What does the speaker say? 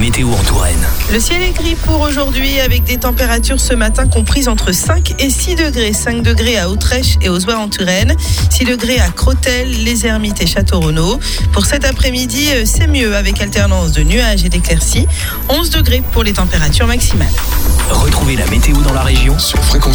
météo en Touraine. Le ciel est gris pour aujourd'hui avec des températures ce matin comprises entre 5 et 6 degrés. 5 degrés à Autrèche et aux Oies en Touraine, 6 degrés à Crotel, Les Ermites et Château-Renaud. Pour cet après-midi, euh, c'est mieux avec alternance de nuages et d'éclaircies. 11 degrés pour les températures maximales. Retrouvez la météo dans la région sur fréquence